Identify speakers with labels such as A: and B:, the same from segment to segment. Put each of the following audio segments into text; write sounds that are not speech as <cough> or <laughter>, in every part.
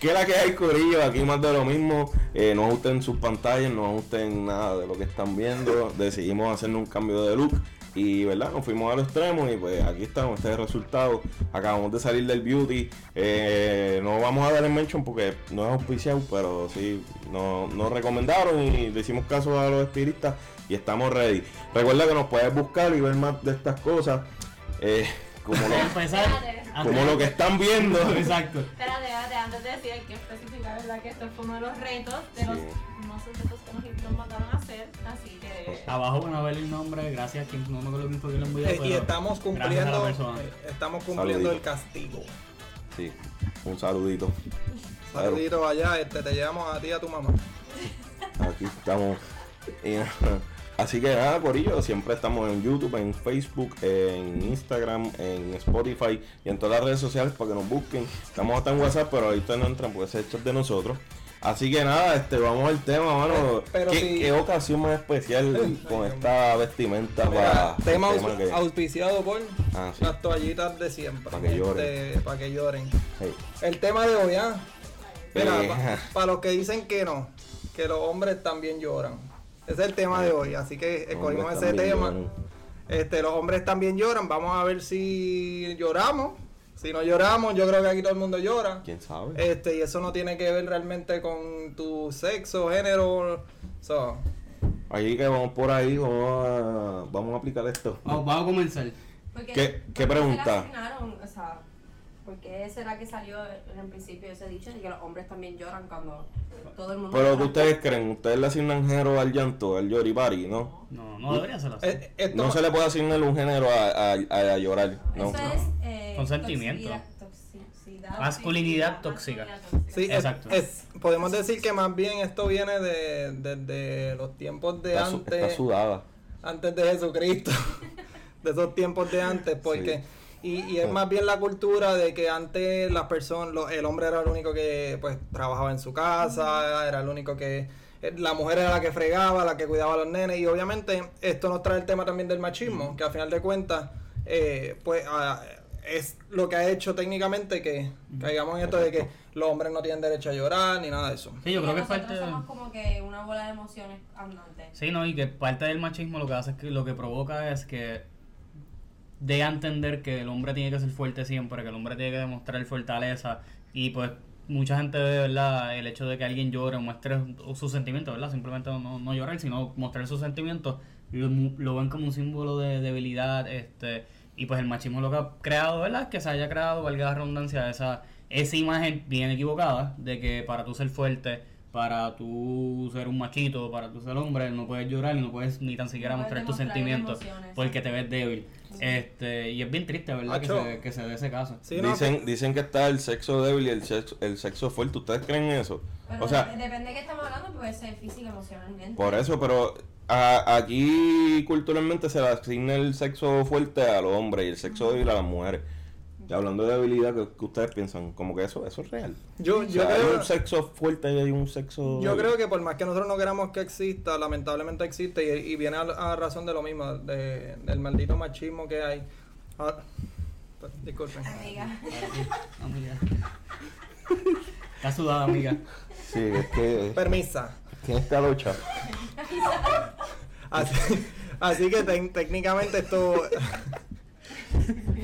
A: ¿Qué es la que hay, Corillo? Aquí más de lo mismo. Eh, no ajusten sus pantallas, no ajusten nada de lo que están viendo. Decidimos hacernos un cambio de look. Y, ¿verdad? Nos fuimos a los extremos y pues aquí estamos. Este es el resultado. Acabamos de salir del beauty. Eh, no vamos a dar el mention porque no es auspiciado, pero sí no- nos recomendaron y le hicimos caso a los estilistas y estamos ready. Recuerda que nos puedes buscar y ver más de estas cosas. eh, como,
B: Para <laughs>
A: lo,
B: empezar,
A: como lo que están viendo.
B: <laughs> Exacto.
C: Espérate, espérate, antes de decir hay que especificar, ¿verdad? Que esto fue uno de los retos, de los
A: Sí.
C: hermosos retos que nos, nos mandaron a hacer, así que...
B: Abajo van a ver el nombre, gracias a quien no me acuerdo quién fue que lo envió.
D: Eh, y
B: pero
D: estamos
B: gracias a la
D: cumpliendo,
B: persona.
D: eh, estamos cumpliendo el
A: Saludito.
D: castigo.
A: Sí, un saludito. Claro.
D: Saludito allá, este, te llevamos a ti y a tu mamá.
A: Aquí estamos. Y, <laughs> Así que nada, Corillo, siempre estamos en YouTube, en Facebook, en Instagram, en Spotify y en todas las redes sociales para que nos busquen. Estamos hasta en WhatsApp, pero ahorita no entran porque ese hecho es de nosotros. Así que nada, este, vamos al tema, mano.
D: Eh, pero
A: ¿Qué,
D: si-
A: qué ocasión más especial
D: Ay,
A: con
D: Dios
A: esta vestimenta
D: Mira,
A: para el
D: tema
A: tema
D: aus-
A: que-
D: auspiciado por
A: Ah, sí.
D: las toallitas de siempre.
A: Pa' que lloren.
D: Este, pa' que lloren.
A: Hey.
D: El tema de hoy, ¿ah? Mira,
A: Eh. <laughs>
D: para los que dicen que no, que los hombres también lloran. Ese es el tema de hoy, así que escogimos
A: Hombres
D: eh, ese
A: también
D: tema.
A: lloran.
D: Este, los hombres también lloran, vamos a ver si lloramos. Si no lloramos, yo creo que aquí todo el mundo llora.
A: ¿Quién sabe?
D: Este, y eso no tiene que ver realmente con tu sexo, género. So,
A: Ahí que vamos por ahí, vamos a, vamos a aplicar esto.
B: Vamos, vamos a comenzar.
C: Porque,
A: ¿Qué-
C: ¿por
A: qué
C: se la
A: pregunta?
C: asignaron? O sea, ¿por qué será que salió en el principio ese dicho de que los hombres también lloran cuando todo el mundo...
A: Pero que
C: llora?
A: ustedes creen, ustedes le asignan género al llanto, al lloribari, ¿no?
B: No, no debería ser así.
D: eh, esto-
A: No se le puede asignar un género a, a- a llorar. No.
C: Eso es... Eh,
B: Consentimiento.
C: toxicidad- Toxicidad.
B: Masculinidad tóxica.
C: masculinidad tóxica.
D: Sí, es-
B: Exacto.
D: es- podemos decir que más bien esto viene de, desde los tiempos de
A: Está, su- está
D: antes,
A: sudada.
D: antes de Jesucristo, <laughs> de esos tiempos de antes, porque y, y es más bien la cultura de que antes las personas, lo- el hombre era el único que pues trabajaba en su casa, era el único que eh, la mujer era la que fregaba, la que cuidaba a los nenes y obviamente esto nos trae el tema también del machismo, que al final de cuentas eh, pues ah, es lo que ha hecho técnicamente que caigamos en esto de que los hombres no tienen derecho a llorar ni nada de eso.
B: Sí, yo creo que es
C: nosotros
B: parte.
C: somos como que una bola de emociones andantes.
B: Sí, no, y que parte del machismo lo que hace es que lo que provoca es que dé a entender que el hombre tiene que ser fuerte siempre, que el hombre tiene que demostrar fortaleza y pues mucha gente ve, ¿verdad? El hecho de que alguien llore o muestre sus sentimientos, ¿verdad? Simplemente no, no llorar, sino mostrar sus sentimientos, lo, lo ven como un símbolo de debilidad, este, y pues el machismo lo que ha creado, ¿verdad? Es Que se haya creado, valga la redundancia, esa, esa imagen bien equivocada de que para tú ser fuerte, para tú ser un machito, para tú ser hombre, no puedes llorar, no puedes ni tan siquiera
C: No puedes
B: mostrar tus
C: demostrar
B: sentimientos,
C: emociones.
B: porque te ves débil. Este, y es bien triste, ¿verdad? Que
D: Acho.
B: se, que se dé ese caso.
D: Sí, no,
A: dicen, dicen que está el sexo débil y el sexo, el sexo fuerte. ¿Ustedes creen eso?
C: Pero
A: O sea,
C: de- depende de qué estamos hablando, puede ser física, emocionalmente.
A: por eso, pero a- aquí culturalmente se le asigna el sexo fuerte a los hombres y el sexo débil a las mujeres. Y hablando de debilidad, ¿qué, qué ustedes piensan? Como que eso, eso es real.
D: yo,
A: O
D: yo
A: sea, hay
D: creo-
A: un sexo fuerte y hay un sexo.
D: Yo
A: débil.
D: creo que por más que nosotros no queramos que exista, lamentablemente existe y, y viene a, a razón de lo mismo, de- del maldito machismo que hay. Ah, pues, disculpen.
C: Amiga.
B: Amiga. Está sudada, amiga.
A: Sí, es que.
D: Permisa.
A: ¿Quién está locha?
D: Así, <laughs> así que tec- técnicamente esto...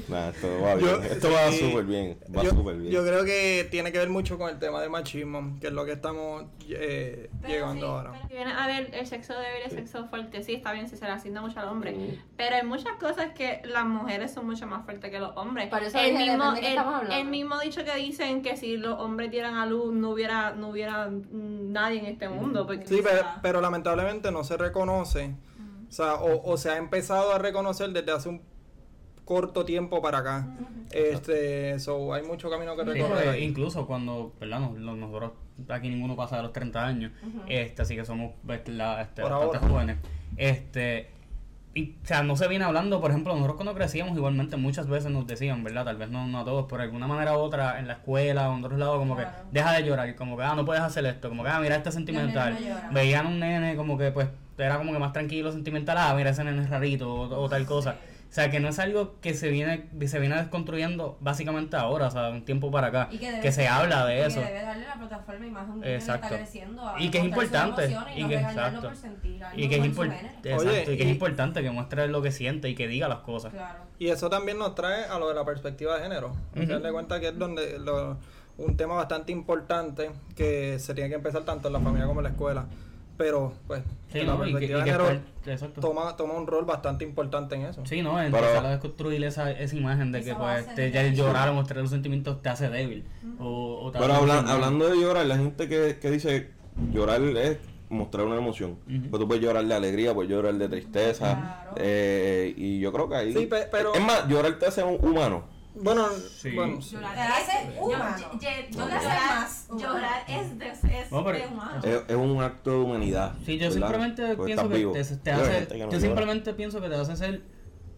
A: Nah, esto va bien.
D: Yo-
A: esto va
D: sí.
A: súper bien. Va
D: yo,
A: súper bien.
D: yo creo que tiene que ver mucho con el tema del machismo, que es lo que estamos eh, llegando ahora.
E: Si vienes a ver el sexo débil, el sexo fuerte, sí, está bien si se le asigna mucho al hombre. Pero hay muchas cosas que las mujeres son mucho más fuertes que los hombres.
C: Por eso
E: el,
C: dije,
E: mismo,
C: depende de qué
E: el-
C: estamos hablando.
E: el mismo dicho que dicen que si los hombres dieran a luz no hubiera, no hubiera mm, nadie en este mundo. Porque
D: Sí, pero, pero lamentablemente no se reconoce, o sea, o, o se ha empezado a reconocer desde hace un corto tiempo para acá. Este, so, hay mucho camino que
B: Sí, porque
D: recorrer. ahí.
B: incluso cuando, ¿verdad? Nos- los- nosotros aquí ninguno pasa de los 30 años, este, así que somos ¿verdad? este,
D: Por
B: bastante
D: ahora.
B: jóvenes. Este, y, o sea, no se viene hablando, por ejemplo, nosotros cuando crecíamos igualmente muchas veces nos decían, ¿verdad? Tal vez no, no a todos, pero de alguna manera u otra en la escuela o en otros lados, como
C: Claro.
B: que deja de llorar, como que, ah, no puedes hacer esto, como que, ah, mira, este sentimental.
C: nenes no lloran.
B: pues, Veían un nene como que, pues, era como que más tranquilo, sentimental, ah, mira, ese nene es rarito o, o tal cosa. O sea, que no es algo que se viene, se viene desconstruyendo básicamente ahora, o sea, de un tiempo para acá.
C: Y
B: que,
C: debe-
B: se habla
C: y
B: de
C: que
B: eso.
C: debe darle la plataforma y más a un niño
B: Exacto.
C: que está creciendo a
B: Y que es
C: mostrar sus
B: importante,
C: emociones y,
B: y
C: no
B: que-
C: regañarlo
B: exacto.
C: por sentir algo
B: Y que, es
C: por su
B: import-
C: género.
B: exacto,
D: Oye,
B: y que es
D: y-
B: importante que muestre lo que siente y que diga las cosas.
C: Claro.
D: Y eso también nos trae a lo de la perspectiva de género. Hay que darle cuenta que es donde lo- un tema bastante importante que se tiene que empezar tanto en la familia como en la escuela. Pero, pues,
B: Sí,
D: la
B: ¿no? Y que, y
D: perspectiva de
B: que
D: género
B: por- exacto.
D: toma, toma un rol bastante importante en eso.
B: Sí, ¿no? Empezar
A: Pero-
B: a desconstruir esa, esa imagen de que
C: Esa
B: pues
C: base
B: te,
C: de-
B: ya el llorar o mostrar los sentimientos te hace débil. o, o te
A: Pero
B: hace
A: habla-
B: sentir mal.
A: hablando de llorar, la gente que, que dice llorar es mostrar una emoción. Pues tú puedes llorar de alegría, puedes llorar de tristeza.
C: Claro.
A: eh, y yo creo que ahí.
D: Sí, pe- pero-
A: Es más, llorar te hace un humano.
D: Bueno,
B: Sí.
D: bueno,
B: Sí.
D: sí.
C: Te hace
E: Yo-
C: humano.
E: yo- yo-
C: No te hace
E: llorar,
C: más humano.
E: llorar es de, es
B: No, pero-
E: de humano.
A: Es, es un acto de humanidad.
B: Sí, yo
A: ¿verdad?
B: simplemente
A: Porque Pues, estás
B: pienso que
A: vivo.
B: te, te
A: Yo veo
B: hace,
A: gente que no
B: yo
A: llora.
B: simplemente pienso que te hace ser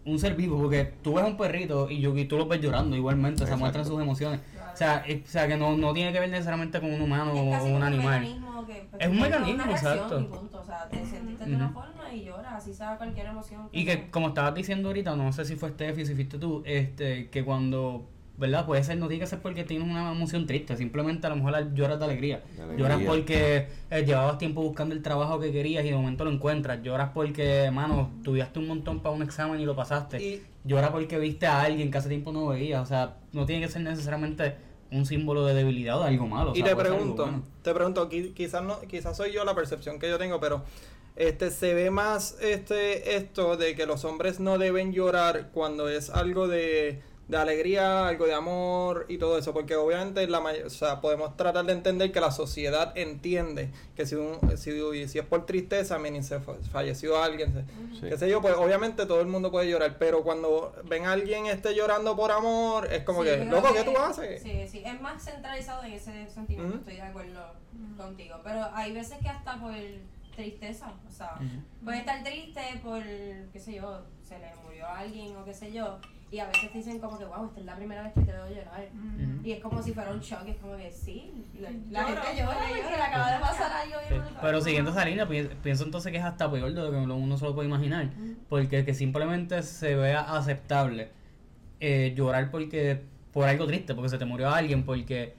B: un ser vivo, porque tú ves a un perrito y, yo- y tú lo ves llorando igualmente, se
A: Exacto.
B: muestran sus emociones. O sea, es- o sea que no, no tiene que ver necesariamente con un humano
C: Es
B: o
C: casi
B: un
C: como
B: animal.
C: mecanismo que- pues,
B: Es un
C: que una
B: mecanismo,
C: reacción
B: exacto.
C: y punto. O sea, te sentiste de una
B: Ujú.
C: forma y lloras, así sea cualquier emoción.
B: Y que como estabas diciendo ahorita, no sé si fue Steffi, si fuiste tú, este, que cuando, ¿verdad? Puede ser, no tiene que ser porque tienes una emoción triste, simplemente a lo mejor al- lloras de alegría.
A: De alegría.
B: Lloras porque eh, llevabas tiempo buscando el trabajo que querías y de momento lo encuentras. Lloras porque, mano, estudiaste un montón para un examen y lo pasaste.
D: Y-
B: Llora porque viste a alguien que hace tiempo no veías. O sea, no tiene que ser necesariamente un símbolo de debilidad o de algo malo. o
D: Y
B: sea,
D: te
B: puede ser algo
D: pregunto,
B: bueno.
D: te pregunto, qui- quizás no, quizás soy yo la percepción que yo tengo, pero este se ve más este esto de que los hombres no deben llorar cuando es algo de, de alegría, algo de amor y todo eso, porque obviamente la may- o sea, podemos tratar de entender que la sociedad entiende que si un- si, si es por tristeza, miren, se fa- falleció alguien, se-
A: Sí.
D: qué sé yo, pues obviamente todo el mundo puede llorar, pero cuando ven a alguien este llorando por amor, es como
C: Sí, yo
D: que,
C: creo
D: loco, ¿qué
C: que-
D: tú haces?
C: Sí, sí, es más centralizado en ese sentido,
D: Ujú.
C: estoy de acuerdo contigo. Pero hay veces que hasta por tristeza, o sea, puede estar triste por, qué sé yo, se le murió a alguien o qué sé yo, y a veces te dicen como que, wow, esta es la primera vez que te veo llorar.
B: Ujú.
C: Y es como si fuera un shock, es como que sí, la, la
E: Lloro,
C: gente llora,
E: lloro.
C: porque le acaba de pasar algo bien
B: Sí.
C: brutal.
B: Pero siguiendo esa línea, pi- pienso entonces que es hasta peor de lo que uno se lo puede imaginar. Porque que simplemente se vea aceptable eh, llorar porque por algo triste, porque se te murió alguien, porque.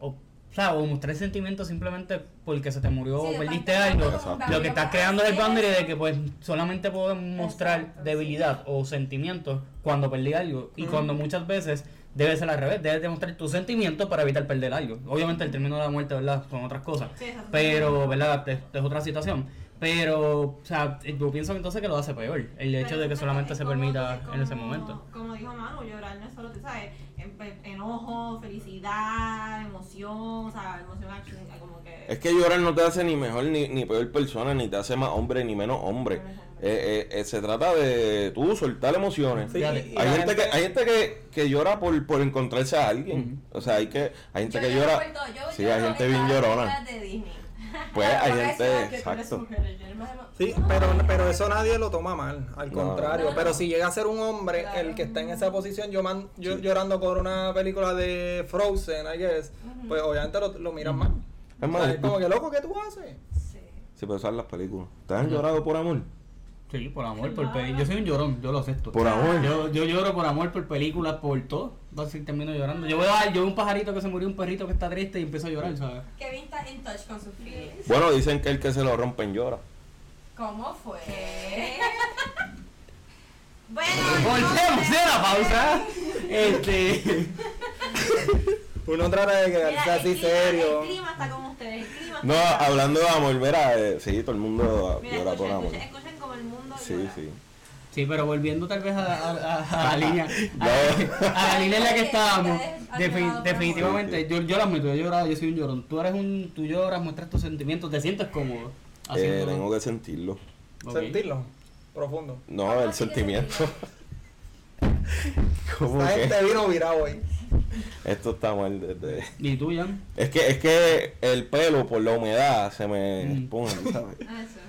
B: O, o sea, o mostrar sentimientos simplemente porque se te murió
C: Sí,
B: o
C: de
B: perdiste
C: parte-
B: algo.
C: como un
B: pues, Lo que estás creando es el
C: barrio,
B: boundary
C: eso.
B: de que pues solamente puedo mostrar
C: Exacto,
B: debilidad o sentimientos cuando perdí algo. Y cuando muchas veces debe ser al revés, debes demostrar tus sentimientos para evitar perder algo. Obviamente el término de la muerte, ¿verdad? Son otras cosas.
E: Sí, eso es-
B: Pero, ¿verdad? Es, es otra situación. Pero, o sea, yo pienso entonces que lo hace peor. El hecho de que solamente se permita en ese momento.
E: Como dijo Manu, llorar no es solo, tú sabes, en- en- enojo, felicidad, emoción, o sea, emoción ac- como que...
A: Es que llorar no te hace ni mejor ni, ni peor persona, ni te hace más hombre ni menos hombre. Eh, eh, eh, se trata de tú soltar emociones.
D: Sí, y-
B: Fíjate.
D: y la
A: Hay gente, que, hay gente que, que llora por, por encontrarse a alguien. O sea, hay que hay gente que llora. sí, hay gente bien llorona. Pues hay gente. Exacto.
D: Sí, pero, pero eso nadie lo toma mal, al
A: No.
D: contrario.
C: No, no.
D: Pero si llega a ser un hombre el que está en esa posición, yo, man- yo llorando por una película de Frozen, I guess, pues obviamente lo, lo miran mal.
A: Es
D: O sea,
A: más,
D: es como que loco, ¿qué tú haces?
A: si pensar las películas. ¿Te han llorado por amor?
B: Sí, por amor, por pe- Yo soy un llorón, yo lo acepto.
A: Por amor.
B: Yo, yo lloro por amor, por películas, por todo. Entonces termino llorando. Yo veo, ay, yo veo un pajarito que se murió, un perrito que está triste y empiezo a llorar, ¿sabes?
C: Kevin está in touch con sus feelings.
A: Bueno, dicen que el que se lo rompen llora.
C: ¿Cómo fue? <laughs>
A: <laughs>
E: Bueno,
B: Volvemos
E: entonces,
B: a la pausa. Este.
D: Uno trata de
E: mira,
D: quedarse
E: el
D: así
E: clima-
D: serio.
E: El clima está como ustedes, el clima
A: No,
E: está-
A: hablando de amor, mira, eh, sí, todo el mundo
E: Mira,
A: llora por
E: escuchen,
A: amor.
E: escuchen, escuchen como el mundo
A: Sí,
E: llora.
A: sí.
B: Sí, pero volviendo tal vez a, a- a- a la línea. <laughs> A,
A: No.
B: a la línea en la que estábamos.
C: Ustedes han
B: defi-
C: llorado por
B: definitivamente, yo, yo lo admito, yo he llorado, yo soy un llorón. Tú eres un. Tú lloras, muestras tus sentimientos, te sientes cómodo.
A: Eh,
B: haciendo-
A: tengo que sentirlo.
B: Ok.
D: Sentirlo, profundo.
A: No, el sentimiento. <laughs> ¿Cómo
D: La
A: que?
D: gente vino virado hoy.
A: Esto está mal desde.
B: ¿Y tú, Jan?
A: Es que, es que el pelo por la humedad se me
B: Mm.
A: espuma, ¿sabes?
D: <laughs>
E: Eso.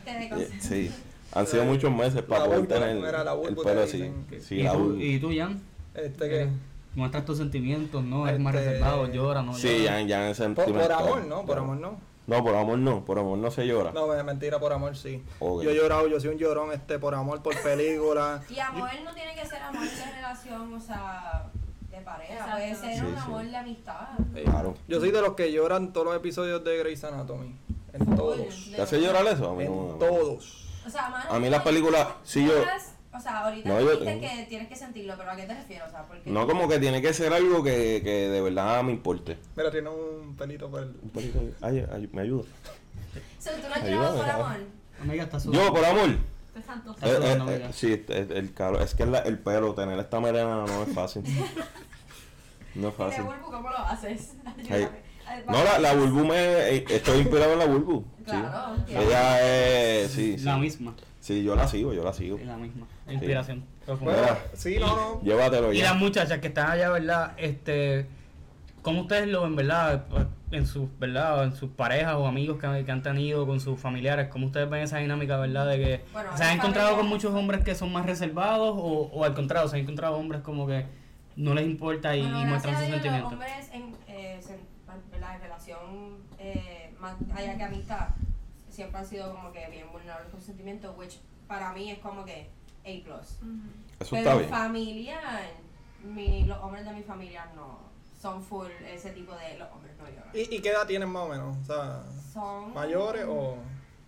C: Te
A: Eh,
C: desconcentra.
A: Sí. Han sido muchos meses para
D: La
A: poder
D: vulva,
A: tener
D: era la
A: el
D: vulva
A: pelo
D: que
A: así.
D: dicen que-
A: Sí,
B: ¿Y,
A: la
B: tú,
A: vulva.
B: ¿Y tú, Jan?
D: Este que.
B: Muestras tus sentimientos, no eres más
D: Este-
B: reservado, llora, no llora.
A: Sí, ya, ya en ese
D: Por, por
A: momento-
D: amor, ¿no? Por amor, no.
A: No, por amor no, por amor no se llora.
D: No, me- mentira, por amor sí.
A: Ok.
D: Yo he llorado, yo soy un llorón este por amor, por película.
C: Y amor no tiene que ser amor de relación, o sea, de pareja.
E: Exacto.
C: Puede ser
A: Sí,
C: un
A: sí.
C: amor de amistad.
D: Sí.
A: Claro.
D: Yo soy de los que lloran todos los episodios de Grey's Anatomy. En
C: Full.
D: todos.
A: ¿Te hace llorar eso? A mí no
D: En
A: me-
D: todos.
C: O sea, mano,
A: A mí las películas, sí, yo-
C: lloras, O sea, ahorita
A: No,
C: no,
A: yo
C: dijiste
A: tengo.
C: que tienes que sentirlo, pero ¿a qué te refieres? O sea, porque
A: No, como que tiene que ser algo que, que de verdad me importe.
D: Mira, tiene un pelito por el.
A: Un poquito de- ay, ay, me ayuda.
C: O sea, tú no has
A: Ayúdame,
C: llorado por
A: cabrón.
C: amor.
B: Amiga, está sudando.
A: Yo, por amor.
E: Te santo.
B: Está
A: Eh,
B: sudando,
A: eh,
B: amiga.
A: eh, sí, es- es- el calor. Es que la- el pelo, tener esta merena no es
B: <laughs>
A: fácil. No es
C: Y de
A: fácil.
C: bulbo, ¿cómo lo haces? <laughs> Ayúdame.
A: Ay.
C: Ay,
A: No, la, la Bulbu me. eh, Estoy inspirado en la Bulbu. sí.
C: Claro, entiendo.
A: Ella es. Sí, sí.
B: La misma,
A: Sí, yo la sigo, yo la sigo.
B: es la misma. Inspiración. profunda.
D: Bueno,
A: Mira.
D: sí, no, no.
A: Llévatelo
B: Y las
A: pues ya.
B: muchachas que están allá, ¿verdad? Este, ¿Cómo ustedes lo ven, verdad? En sus, ¿verdad? En sus parejas o amigos que, han- que han tenido con sus familiares. ¿Cómo ustedes ven esa dinámica, verdad? De que
C: Bueno,
B: se han
C: hay
B: encontrado con
C: familiares-
B: muchos hombres que son más reservados o, o al contrario, se han encontrado hombres como que no les importa y,
C: Bueno,
B: y muestran
C: gracias a
B: sus
C: Dios, los
B: sentimientos.
C: hombres en, eh, se- ¿verdad? en relación eh, más allá que amistad siempre han sido como que bien vulnerables con sentimientos, which para mí es como que A+.
A: Eso está
C: Pero
A: bien.
C: familiar, mi- los hombres de mi familia no son full ese tipo de los hombres no lloran.
D: ¿Y, y qué edad tienen más o menos? O sea,
C: Son
D: ¿mayores o.?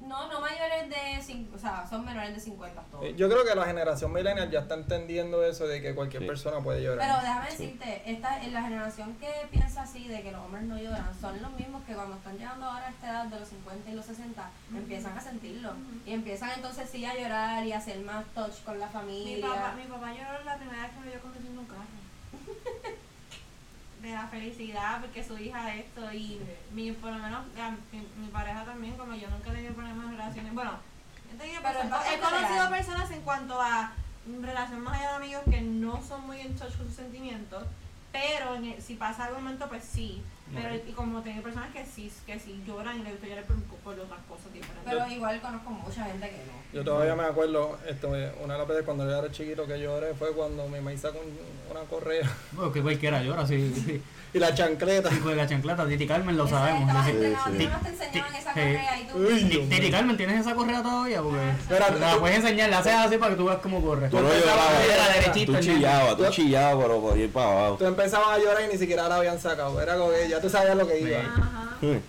C: No, no mayores de cin- o sea, son menores de 50 todos.
D: Eh, Yo creo que la generación millennial ya está entendiendo eso de que cualquier
A: Sí.
D: persona puede llorar.
C: Pero déjame decirte, esta, en la generación que piensa así de que los hombres no lloran, son los mismos que cuando están llegando ahora a esta edad de los 50 y los 60, empiezan a sentirlo. Y empiezan entonces sí a llorar y a hacer más touch con la familia.
E: Mi papá, mi papá lloró la primera vez que me vio conduciendo un carro. De la felicidad, porque su hija esto y mi, por lo menos a- mi, mi pareja también, como yo nunca he tenido problemas en relaciones. Bueno, he, tenido
C: Pero
E: personas-
C: es
E: he conocido
C: real.
E: personas en cuanto a relación más allá de amigos que no son muy en touch con sus sentimientos, pero en el- si pasa algún momento, pues sí. Pero
B: Ok.
E: y como he tenido personas que sí, que sí lloran y les gusta llorar por, por otras cosas diferentes.
C: Pero igual conozco mucha gente que no.
D: Yo todavía me acuerdo, esto, una de las veces cuando yo era chiquito que lloré fue cuando mi mamá sacó un- una correa <laughs>
B: Bueno, que cualquiera llora, sí. sí.
D: y la chancleta.
B: Y con la chanclata, Titi Carmen lo
C: Esa
B: sabemos.
C: Estaba
B: sí.
C: entrenado,
A: sí.
C: tú no te enseñaban esa
B: Sí.
C: correa y tú...
D: Uy, Dios mío.
B: Titi Carmen, ¿tienes esa correa todavía? Porque
D: Espérate,
B: la
D: tú-
B: puedes enseñar, la haces así para que tú veas cómo corre.
A: Tú no
D: Tú
B: Era
A: llorabas.
B: derechito,
A: Tú
B: el nene.
A: chillabas, tú chillabas, pero por ir para abajo.
D: Tú empezabas a llorar y ni siquiera la habían sacado. Era como que ya tú sabías lo que
B: Ah,
D: iba.
E: Ajá.
A: Hmm.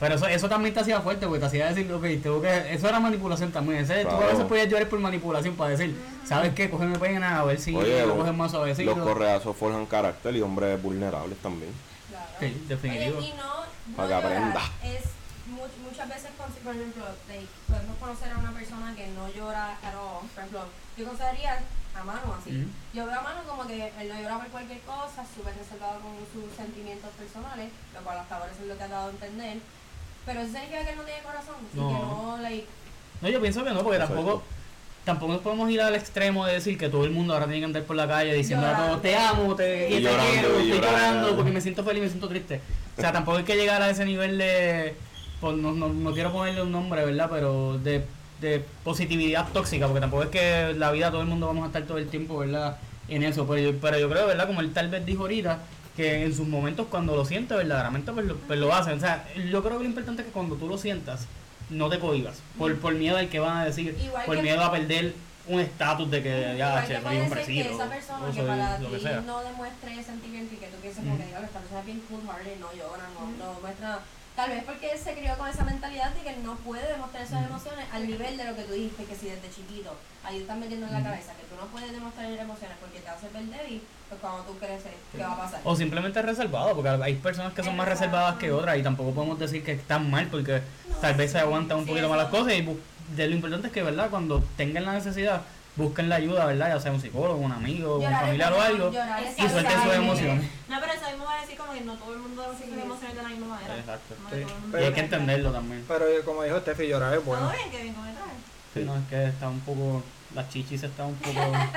B: Pero eso, eso también te hacía fuerte, porque te hacía decir, ok, tengo que, eso era manipulación también. Ese, Tú a
A: Claro.
B: veces podías llorar por manipulación para decir, ¿sabes qué? Cógeme pena, a ver si
A: Oye,
B: lo cogen más suavecito.
A: los correazos forjan carácter y hombres vulnerables también.
C: Claro.
B: Sí, definitivo.
C: Oye, y no, no
A: Para que
C: llorar
A: aprenda.
C: Es mu- muchas veces, con- por ejemplo, de- podemos conocer a una persona que no llora at all. Por ejemplo, yo conocería a Manu así.
B: Ujú.
C: Yo veo a Manu como que él no llora por cualquier cosa, súper reservado con sus sentimientos personales, lo cual hasta ahora eso es lo que ha dado a entender. Pero eso significa que él no tiene corazón, así
B: No.
C: que no, like,
B: No, yo pienso que no, porque
A: Exacto.
B: tampoco tampoco nos podemos ir al extremo de decir que todo el mundo ahora tiene que andar por la calle diciendo a
C: Llorando.
B: todos, te amo, te,
A: Y
B: y te
A: llorando,
B: quiero,
A: y
B: estoy
A: llorando.
B: llorando porque me siento feliz, me siento triste. O sea, tampoco hay que llegar a ese nivel de, pues, no, no, no quiero ponerle un nombre, ¿verdad? Pero de, de positividad tóxica, porque tampoco es que la vida todo el mundo vamos a estar todo el tiempo, ¿verdad? En eso, pero yo, pero yo creo, ¿verdad? Como él tal vez dijo ahorita, que en sus momentos cuando lo siente verdaderamente, pues lo, pues lo hacen. O sea, yo creo que lo importante es que cuando tú lo sientas, no te cohibas, por, por miedo al que van a decir,
C: Igual
B: por
C: que-
B: miedo a perder un estatus de que ya,
C: Igual
B: che,
C: que
B: soy
C: puede ser
B: hombrecito,
C: que esa persona
B: o
C: que para
B: soy lo
C: ti
B: que sea. Mm.
C: no demuestre sentimiento y que tú pienses como que diablo, esta persona es bien cool hearted, no llora, no, no muestra nada. Tal vez porque él se crió con esa mentalidad de que él no puede demostrar
B: Mm.
C: esas emociones al nivel de lo que tú dijiste, que si desde chiquito ahí te están metiendo
B: Mm.
C: en la cabeza que tú no puedes demostrar emociones porque te hace ver débil, pues cuando tú creces, ¿qué va a pasar?
B: O simplemente reservado, porque hay personas que son más
C: Exacto.
B: reservadas que otras y tampoco podemos decir que están mal porque tal vez se aguantan un
C: Sí,
B: poquito más las
C: eso-
B: cosas y bu- de lo importante es que, ¿verdad? Cuando tengan la necesidad, busquen la ayuda, ¿verdad? Ya sea un psicólogo, un amigo, un
C: Llorar es
B: familiar o
C: normal,
B: algo
C: llorar es
B: y suelten sus
C: saludable.
B: emociones.
E: No, pero eso mismo va a decir como que no todo el mundo
C: Sí.
E: tiene emociones de la misma manera.
B: Exacto.
E: No de todo el mundo.
B: Y hay que entenderlo también.
D: Pero eh, como dijo Steffi, llorar es bueno.
E: Todo bien, que bien con el traje.
A: Sí.
B: No, es que está un poco, las chichis están un
C: <laughs>
B: poco...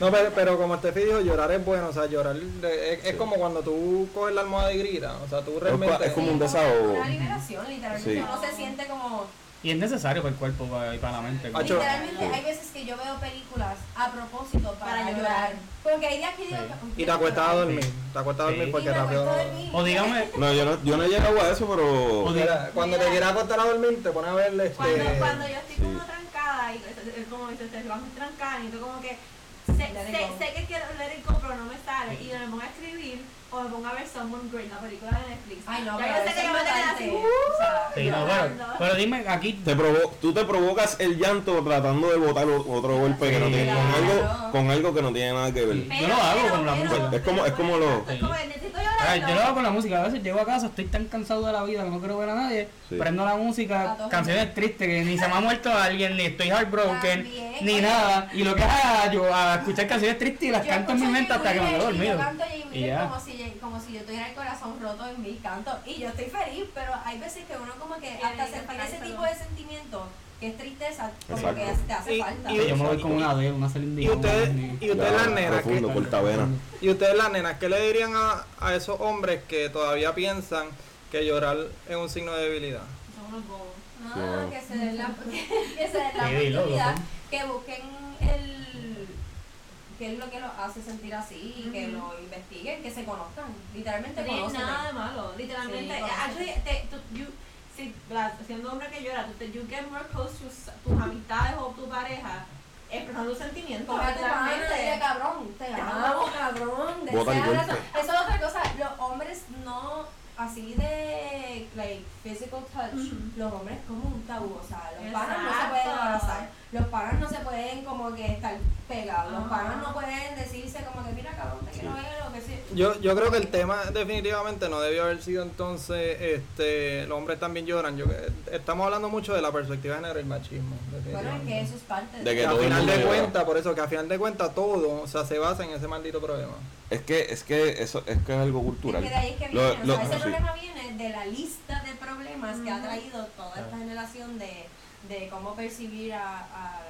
D: No, pero, pero como Steffi dijo, llorar es bueno. O sea, llorar de- es, es como cuando tú coges la almohada y gritas. O sea, tú
A: Es,
D: realmente...
A: pa- es como un desahogo.
C: Una liberación, literalmente.
A: Sí.
C: Uno se siente como,
B: Y es necesario para el cuerpo para- y para la mente. como-
D: Acho.
C: Literalmente hay veces que yo veo películas a propósito para,
E: Para
C: llorar.
E: llorar.
C: Porque hay días que digo
B: Sí.
C: que-
D: Y te acuestas a dormir.
B: Sí.
D: Te acuestas a dormir
B: Sí.
C: Y
D: porque
C: me
D: rápido
C: acuesto a
D: no.
C: dormir.
B: O dígame,
A: No, yo no, yo no he llegado a eso, pero.
B: O di-
D: Mira, cuando te quieras acostar a dormir, te pones a ver este.
E: Cuando, cuando yo estoy como
A: Sí.
E: trancada, y es- es como dice usted, vamos trancada, y tú como que sé,
C: Let it
E: sé,
C: go.
E: sé que quiero leer el compro, no me sale, y yo me pongo a escribir o me pongo a ver Someone Great, la película de Netflix.
C: Ay,
E: ya
C: no, pero
E: yo sé
C: eso
E: que yo
C: es
E: me voy a quedar así,
C: importante.
E: ¡uh!
C: O sea,
B: Sí, no,
E: llorando.
B: pero, pero dime aquí.
A: Te provo tú te provocas el llanto tratando de botar o- otro golpe que no
B: Sí,
A: tiene, con,
C: claro.
A: algo, con algo que no tiene nada que ver. Pues,
B: Sí. Yo lo hago con la música.
A: Es como- es como lo-
E: uh, Es como el necesito
B: a ver,
E: llorar.
B: yo lo hago con la música. A veces llego a casa, estoy tan cansado de la vida que no quiero ver a nadie.
A: Sí.
B: Prendo la música,
C: A todos.
B: canciones tristes, que ni se me ha muerto alguien, ni estoy heartbroken,
C: También,
B: ni
C: oye.
B: nada. Y lo que hago yo a escuchar canciones tristes y las
C: yo
B: canto en mi
C: escucho
B: mente hasta que me quedo
C: Jay Wheeler y
B: dormido.
C: Yo canto Jay
B: Y
C: Wheeler
B: ya.
C: como si, como si yo tuviera el corazón roto en mil cantos. Y yo estoy feliz, pero hay veces que uno como que
E: Sí,
C: hasta
E: sí,
C: se para ese
E: exacto.
C: tipo de sentimiento que es tristeza, como
A: Exacto.
C: que te hace
D: Y-
C: falta.
D: y-
B: Sí, yo me voy con una de una Celine
D: Y
B: Dion.
D: ustedes,
B: una-
D: y ustedes
A: Ya,
D: las nenas, ¿qué-
A: Profundo, cortavena.
D: y ustedes las nenas, ¿qué le dirían a, a esos hombres que todavía piensan que llorar es un signo de debilidad?
E: Son unos bobos.
C: Ah,
A: Claro.
C: que se den la, <laughs> que se den la
B: Sí, dilo,
C: oportunidad,
B: loco.
C: que busquen el qué es lo que los hace sentir así, que
E: Ujú.
C: lo investiguen, que se conozcan, literalmente
E: No tiene
C: conócete.
E: nada de malo, literalmente.
C: pues. Sí,
E: actually, te- tú- you- si, la- siendo hombre que llora, tú te, you get more close to s- tus amistades o tu pareja expresando tus sentimientos.
C: Coge a tu mano y dile,
E: literalmente.
C: cabrón, te amamos, cabrón,
A: Bota el
C: deseas-
A: golpe.
C: Eso es otra cosa, los hombres no, así de, like, physical touch,
E: Ujú.
C: los hombres es como un tabú, o sea, los panas no se
E: Exacto.
C: pueden abrazar, los panas no se pueden como que estar pegados, los
E: Ajá.
C: panas no pueden decirse como que, mira, cabrón, te quiero
A: Sí.
C: ver, o que sea.
D: Yo, yo creo que el tema definitivamente no debió haber sido entonces, este, los hombres también lloran. Yo, eh, estamos hablando mucho de la perspectiva de género y el machismo.
C: Bueno, es
D: definitivamente.
C: que eso es parte
A: De
D: Que a
A: todo el
D: final
A: mundo
D: de
A: llora.
D: cuentas, por eso que a final de cuentas todo, o sea, se basa en ese maldito problema.
A: Es que, es que eso es que es algo cultural.
C: Es que de ahí es que
A: Lo-
C: viene, o
A: lo-
C: sea, ese
A: sí.
C: problema viene de la lista de problemas que ha traído toda esta
B: Claro.
C: generación de, de cómo percibir a, a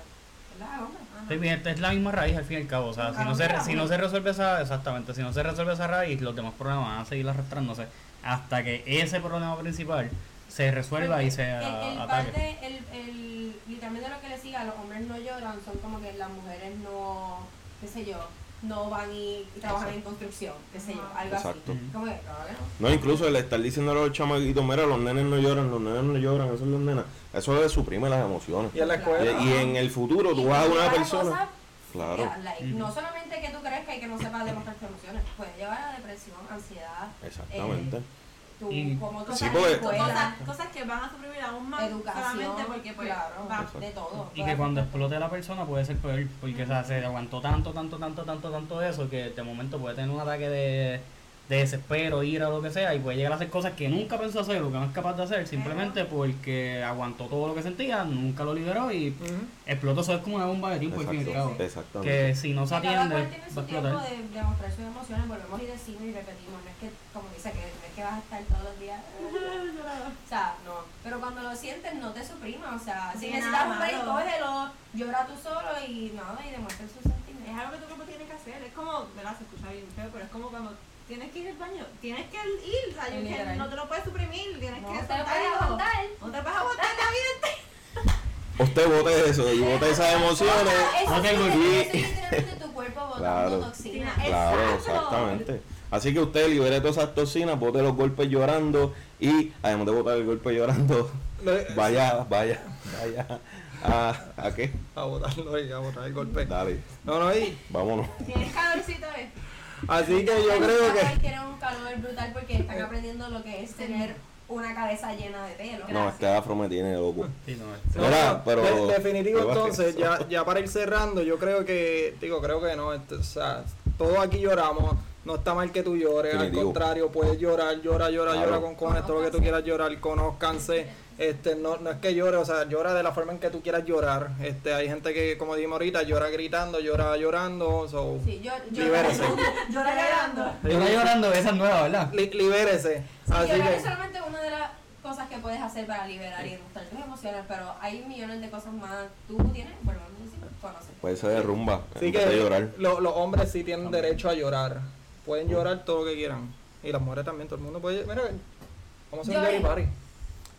C: ¿verdad? Hombre, ajá.
B: Sí, mira, esta es la misma raíz al fin y al cabo. O sea, si no, se, si no se resuelve esa, exactamente, si no se resuelve esa raíz, los demás problemas van a seguir arrastrándose hasta que ese problema principal se resuelva y se
C: El- el,
B: a- ataque.
C: parte, el, el, literalmente lo que le siga, los hombres no lloran, son como que las mujeres no, qué sé yo, no van y trabajan en construcción, qué sé yo, algo
A: Exacto.
C: así. Como que, ah, cabrón,
A: No, incluso el estar diciendo a los chamaquitos, mira, los nenes no lloran, los nenes no lloran, eso es los nenas. Eso es suprime las emociones.
D: Y en la
A: Y,
D: escuela,
A: y en el futuro
C: Y
A: tú vas a
C: llevar
A: una
C: a
A: persona.
C: cosas
A: Claro,
C: feas, like, No solamente que tú crezcas y que no sepas demostrar tus emociones, puede llevar a depresión, ansiedad, Eh,
A: exactamente.
C: tú,
B: Y-
C: como tú
A: Sí,
C: estás en
A: porque-
C: la escuela,
E: Cosas, cosas que van a suprimir aún más solamente
C: educación,
E: porque pues,
C: claro,
E: va-
A: Exacto.
C: de todo.
B: Y que cuando explote la persona puede ser peor, porque o sea, se aguantó tanto, tanto, tanto, tanto, tanto de eso, que de momento puede tener un ataque de, de desespero, ira o lo que sea, y puede llegar a hacer cosas que nunca pensó hacer o que no es capaz de hacer, simplemente porque aguantó todo lo que sentía, nunca lo liberó y explotó. Eso es como una bomba de tiempo al fin y al
A: Exacto,
B: cabo.
A: Exactamente.
B: Que si no se
C: Cada
B: atiende,
C: cual tiene
B: va
C: su
B: a
C: tiempo
B: explotar.
C: de demostrar sus emociones, volvemos y decimos y repetimos. No es que, como dice, que no es que vas a estar todos los días. O sea, no. Pero cuando lo sientes, no te suprima. O sea,
E: Sí,
C: si necesitas
E: nada
C: un break,
E: malo.
C: cógelo, llora tú solo y nada, y demuestra sus
E: Es
C: sentimientos.
E: algo que tu cuerpo tiene que hacer. Es como, ¿verdad? Se escucha bien feo, pero es como cuando tienes que ir al baño. Tienes que ir. O sea, you
C: Literal.
E: can- no te lo puedes suprimir. Tienes
C: No
E: que
C: te lo puedes
E: soltarlo.
C: aguantar.
E: No te puedes aguantar la vida entera.
A: Usted bote eso y bote esas emociones.
C: Eso
B: Ok,
C: es
B: muy
A: bien.
C: eso es literalmente tu cuerpo botando
A: Claro.
C: toxinas.
E: Sí,
A: Claro,
E: Exacto.
A: exactamente. Así que usted libere todas esas toxinas, bote los golpes llorando y además de botar el golpe llorando, <laughs>
D: Le-
A: vaya, vaya, vaya. ¿A, a qué?
D: <laughs> a botarlo y a botar el golpe.
A: Dale,
D: No, no, y
A: vámonos.
E: Tienes calorcito, ¿eh?
D: así que yo
C: Ay,
D: creo
C: los papás
D: que
C: tienen un calor brutal porque están aprendiendo lo que es tener una cabeza llena de pelo.
A: No, este afro me tiene loco.
B: Sí, no, es-
D: No,
A: Mira,
D: no,
A: pero-
D: de- definitivo
A: pero-
D: entonces, ya, ya para ir cerrando, yo creo que, digo, creo que no, este, o sea, todos aquí lloramos, no está mal que tú llores,
A: Definitivo.
D: al contrario, puedes llorar, llora, llora,
A: Claro.
D: llora con cojones, todo lo que tú quieras llorar, conózcanse, este, no, no es que llore, o sea, llora de la forma en que tú quieras llorar, este, hay gente que, como dijimos ahorita, llora gritando, llora llorando, so,
C: Sí, yo, <laughs> yo,
D: libérese,
E: Llora llorando.
B: Llora llorando, esa es nueva, ¿verdad?
D: li- libérese,
C: Sí,
D: así
C: llorar
D: que,
C: es solamente una de las cosas que puedes hacer para liberar y demostrar tus emociones, pero hay millones de cosas más. Tú tienes, bueno, no sé si conoces.
A: Pues se derrumba.
D: así
A: en vez de
D: que
A: llorar.
D: lo- los hombres sí tienen derecho a llorar, pueden llorar todo lo que quieran, y las mujeres también, todo el mundo puede, mira, vamos a hacer un
C: Lloren.
D: dirty party.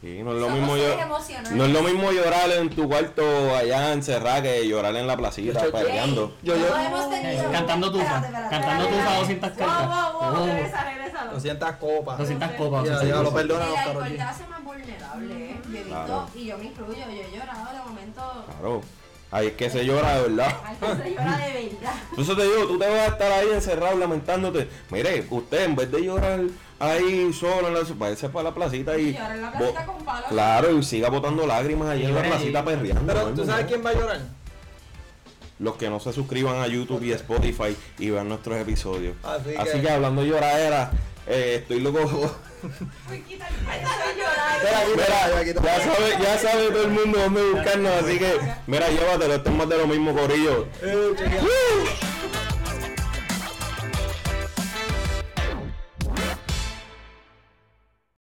A: Sí, no es lo
C: Somos
A: mismo
C: seres
A: yo-
C: emocionales.
A: no es lo mismo llorar en tu cuarto allá encerrada que llorar en la placita
D: Yo-
A: peleando.
D: Yo- yo-
C: Todos hemos tenido-
B: Eh, cantando tufa,
C: Espérate, espérate,
B: cantando
C: espérate,
B: tufa,
C: espérate.
B: 200
E: Wow,
B: cartas.
E: wow, wow,
B: Oh.
E: regresa, regresa.
D: 200 copas.
B: 200 copas.
D: Ya,
B: 200
D: ya, lo
B: cosas.
D: perdona,
C: El
D: Oscar,
C: alcohol
D: oye.
C: te hace más vulnerable, ¿eh? Yo he visto,
A: Claro.
C: y yo me incluyo, yo he llorado de momento.
A: Claro. Ahí es que se llora de verdad.
C: Algo se llora de verdad.
A: Entonces te digo, tú te vas a estar ahí encerrado lamentándote. Mire, usted en vez de llorar ahí solo, en la, váyase para la placita y.
C: Llora en la placita
A: bo-
C: con palos.
A: Claro, y siga botando lágrimas ahí
B: Y
A: en la
B: llora ahí.
A: placita perreando.
D: Pero
A: no,
D: tú
A: no,
D: sabes
A: no.
D: quién va a llorar.
A: Los que no se suscriban a YouTube y Spotify y vean nuestros episodios.
D: Así
A: Así,
D: que-
A: que... hablando de lloradera, eh, estoy loco. <laughs>
C: Uy, quita el llorar.
A: Mira, ya sabe, ya sabe todo el mundo dónde buscarnos, así que, mira, llévatelo, esto es más de lo mismo, Corillo. ¡Uh!
D: Eh, chequea.
A: ¡Woo!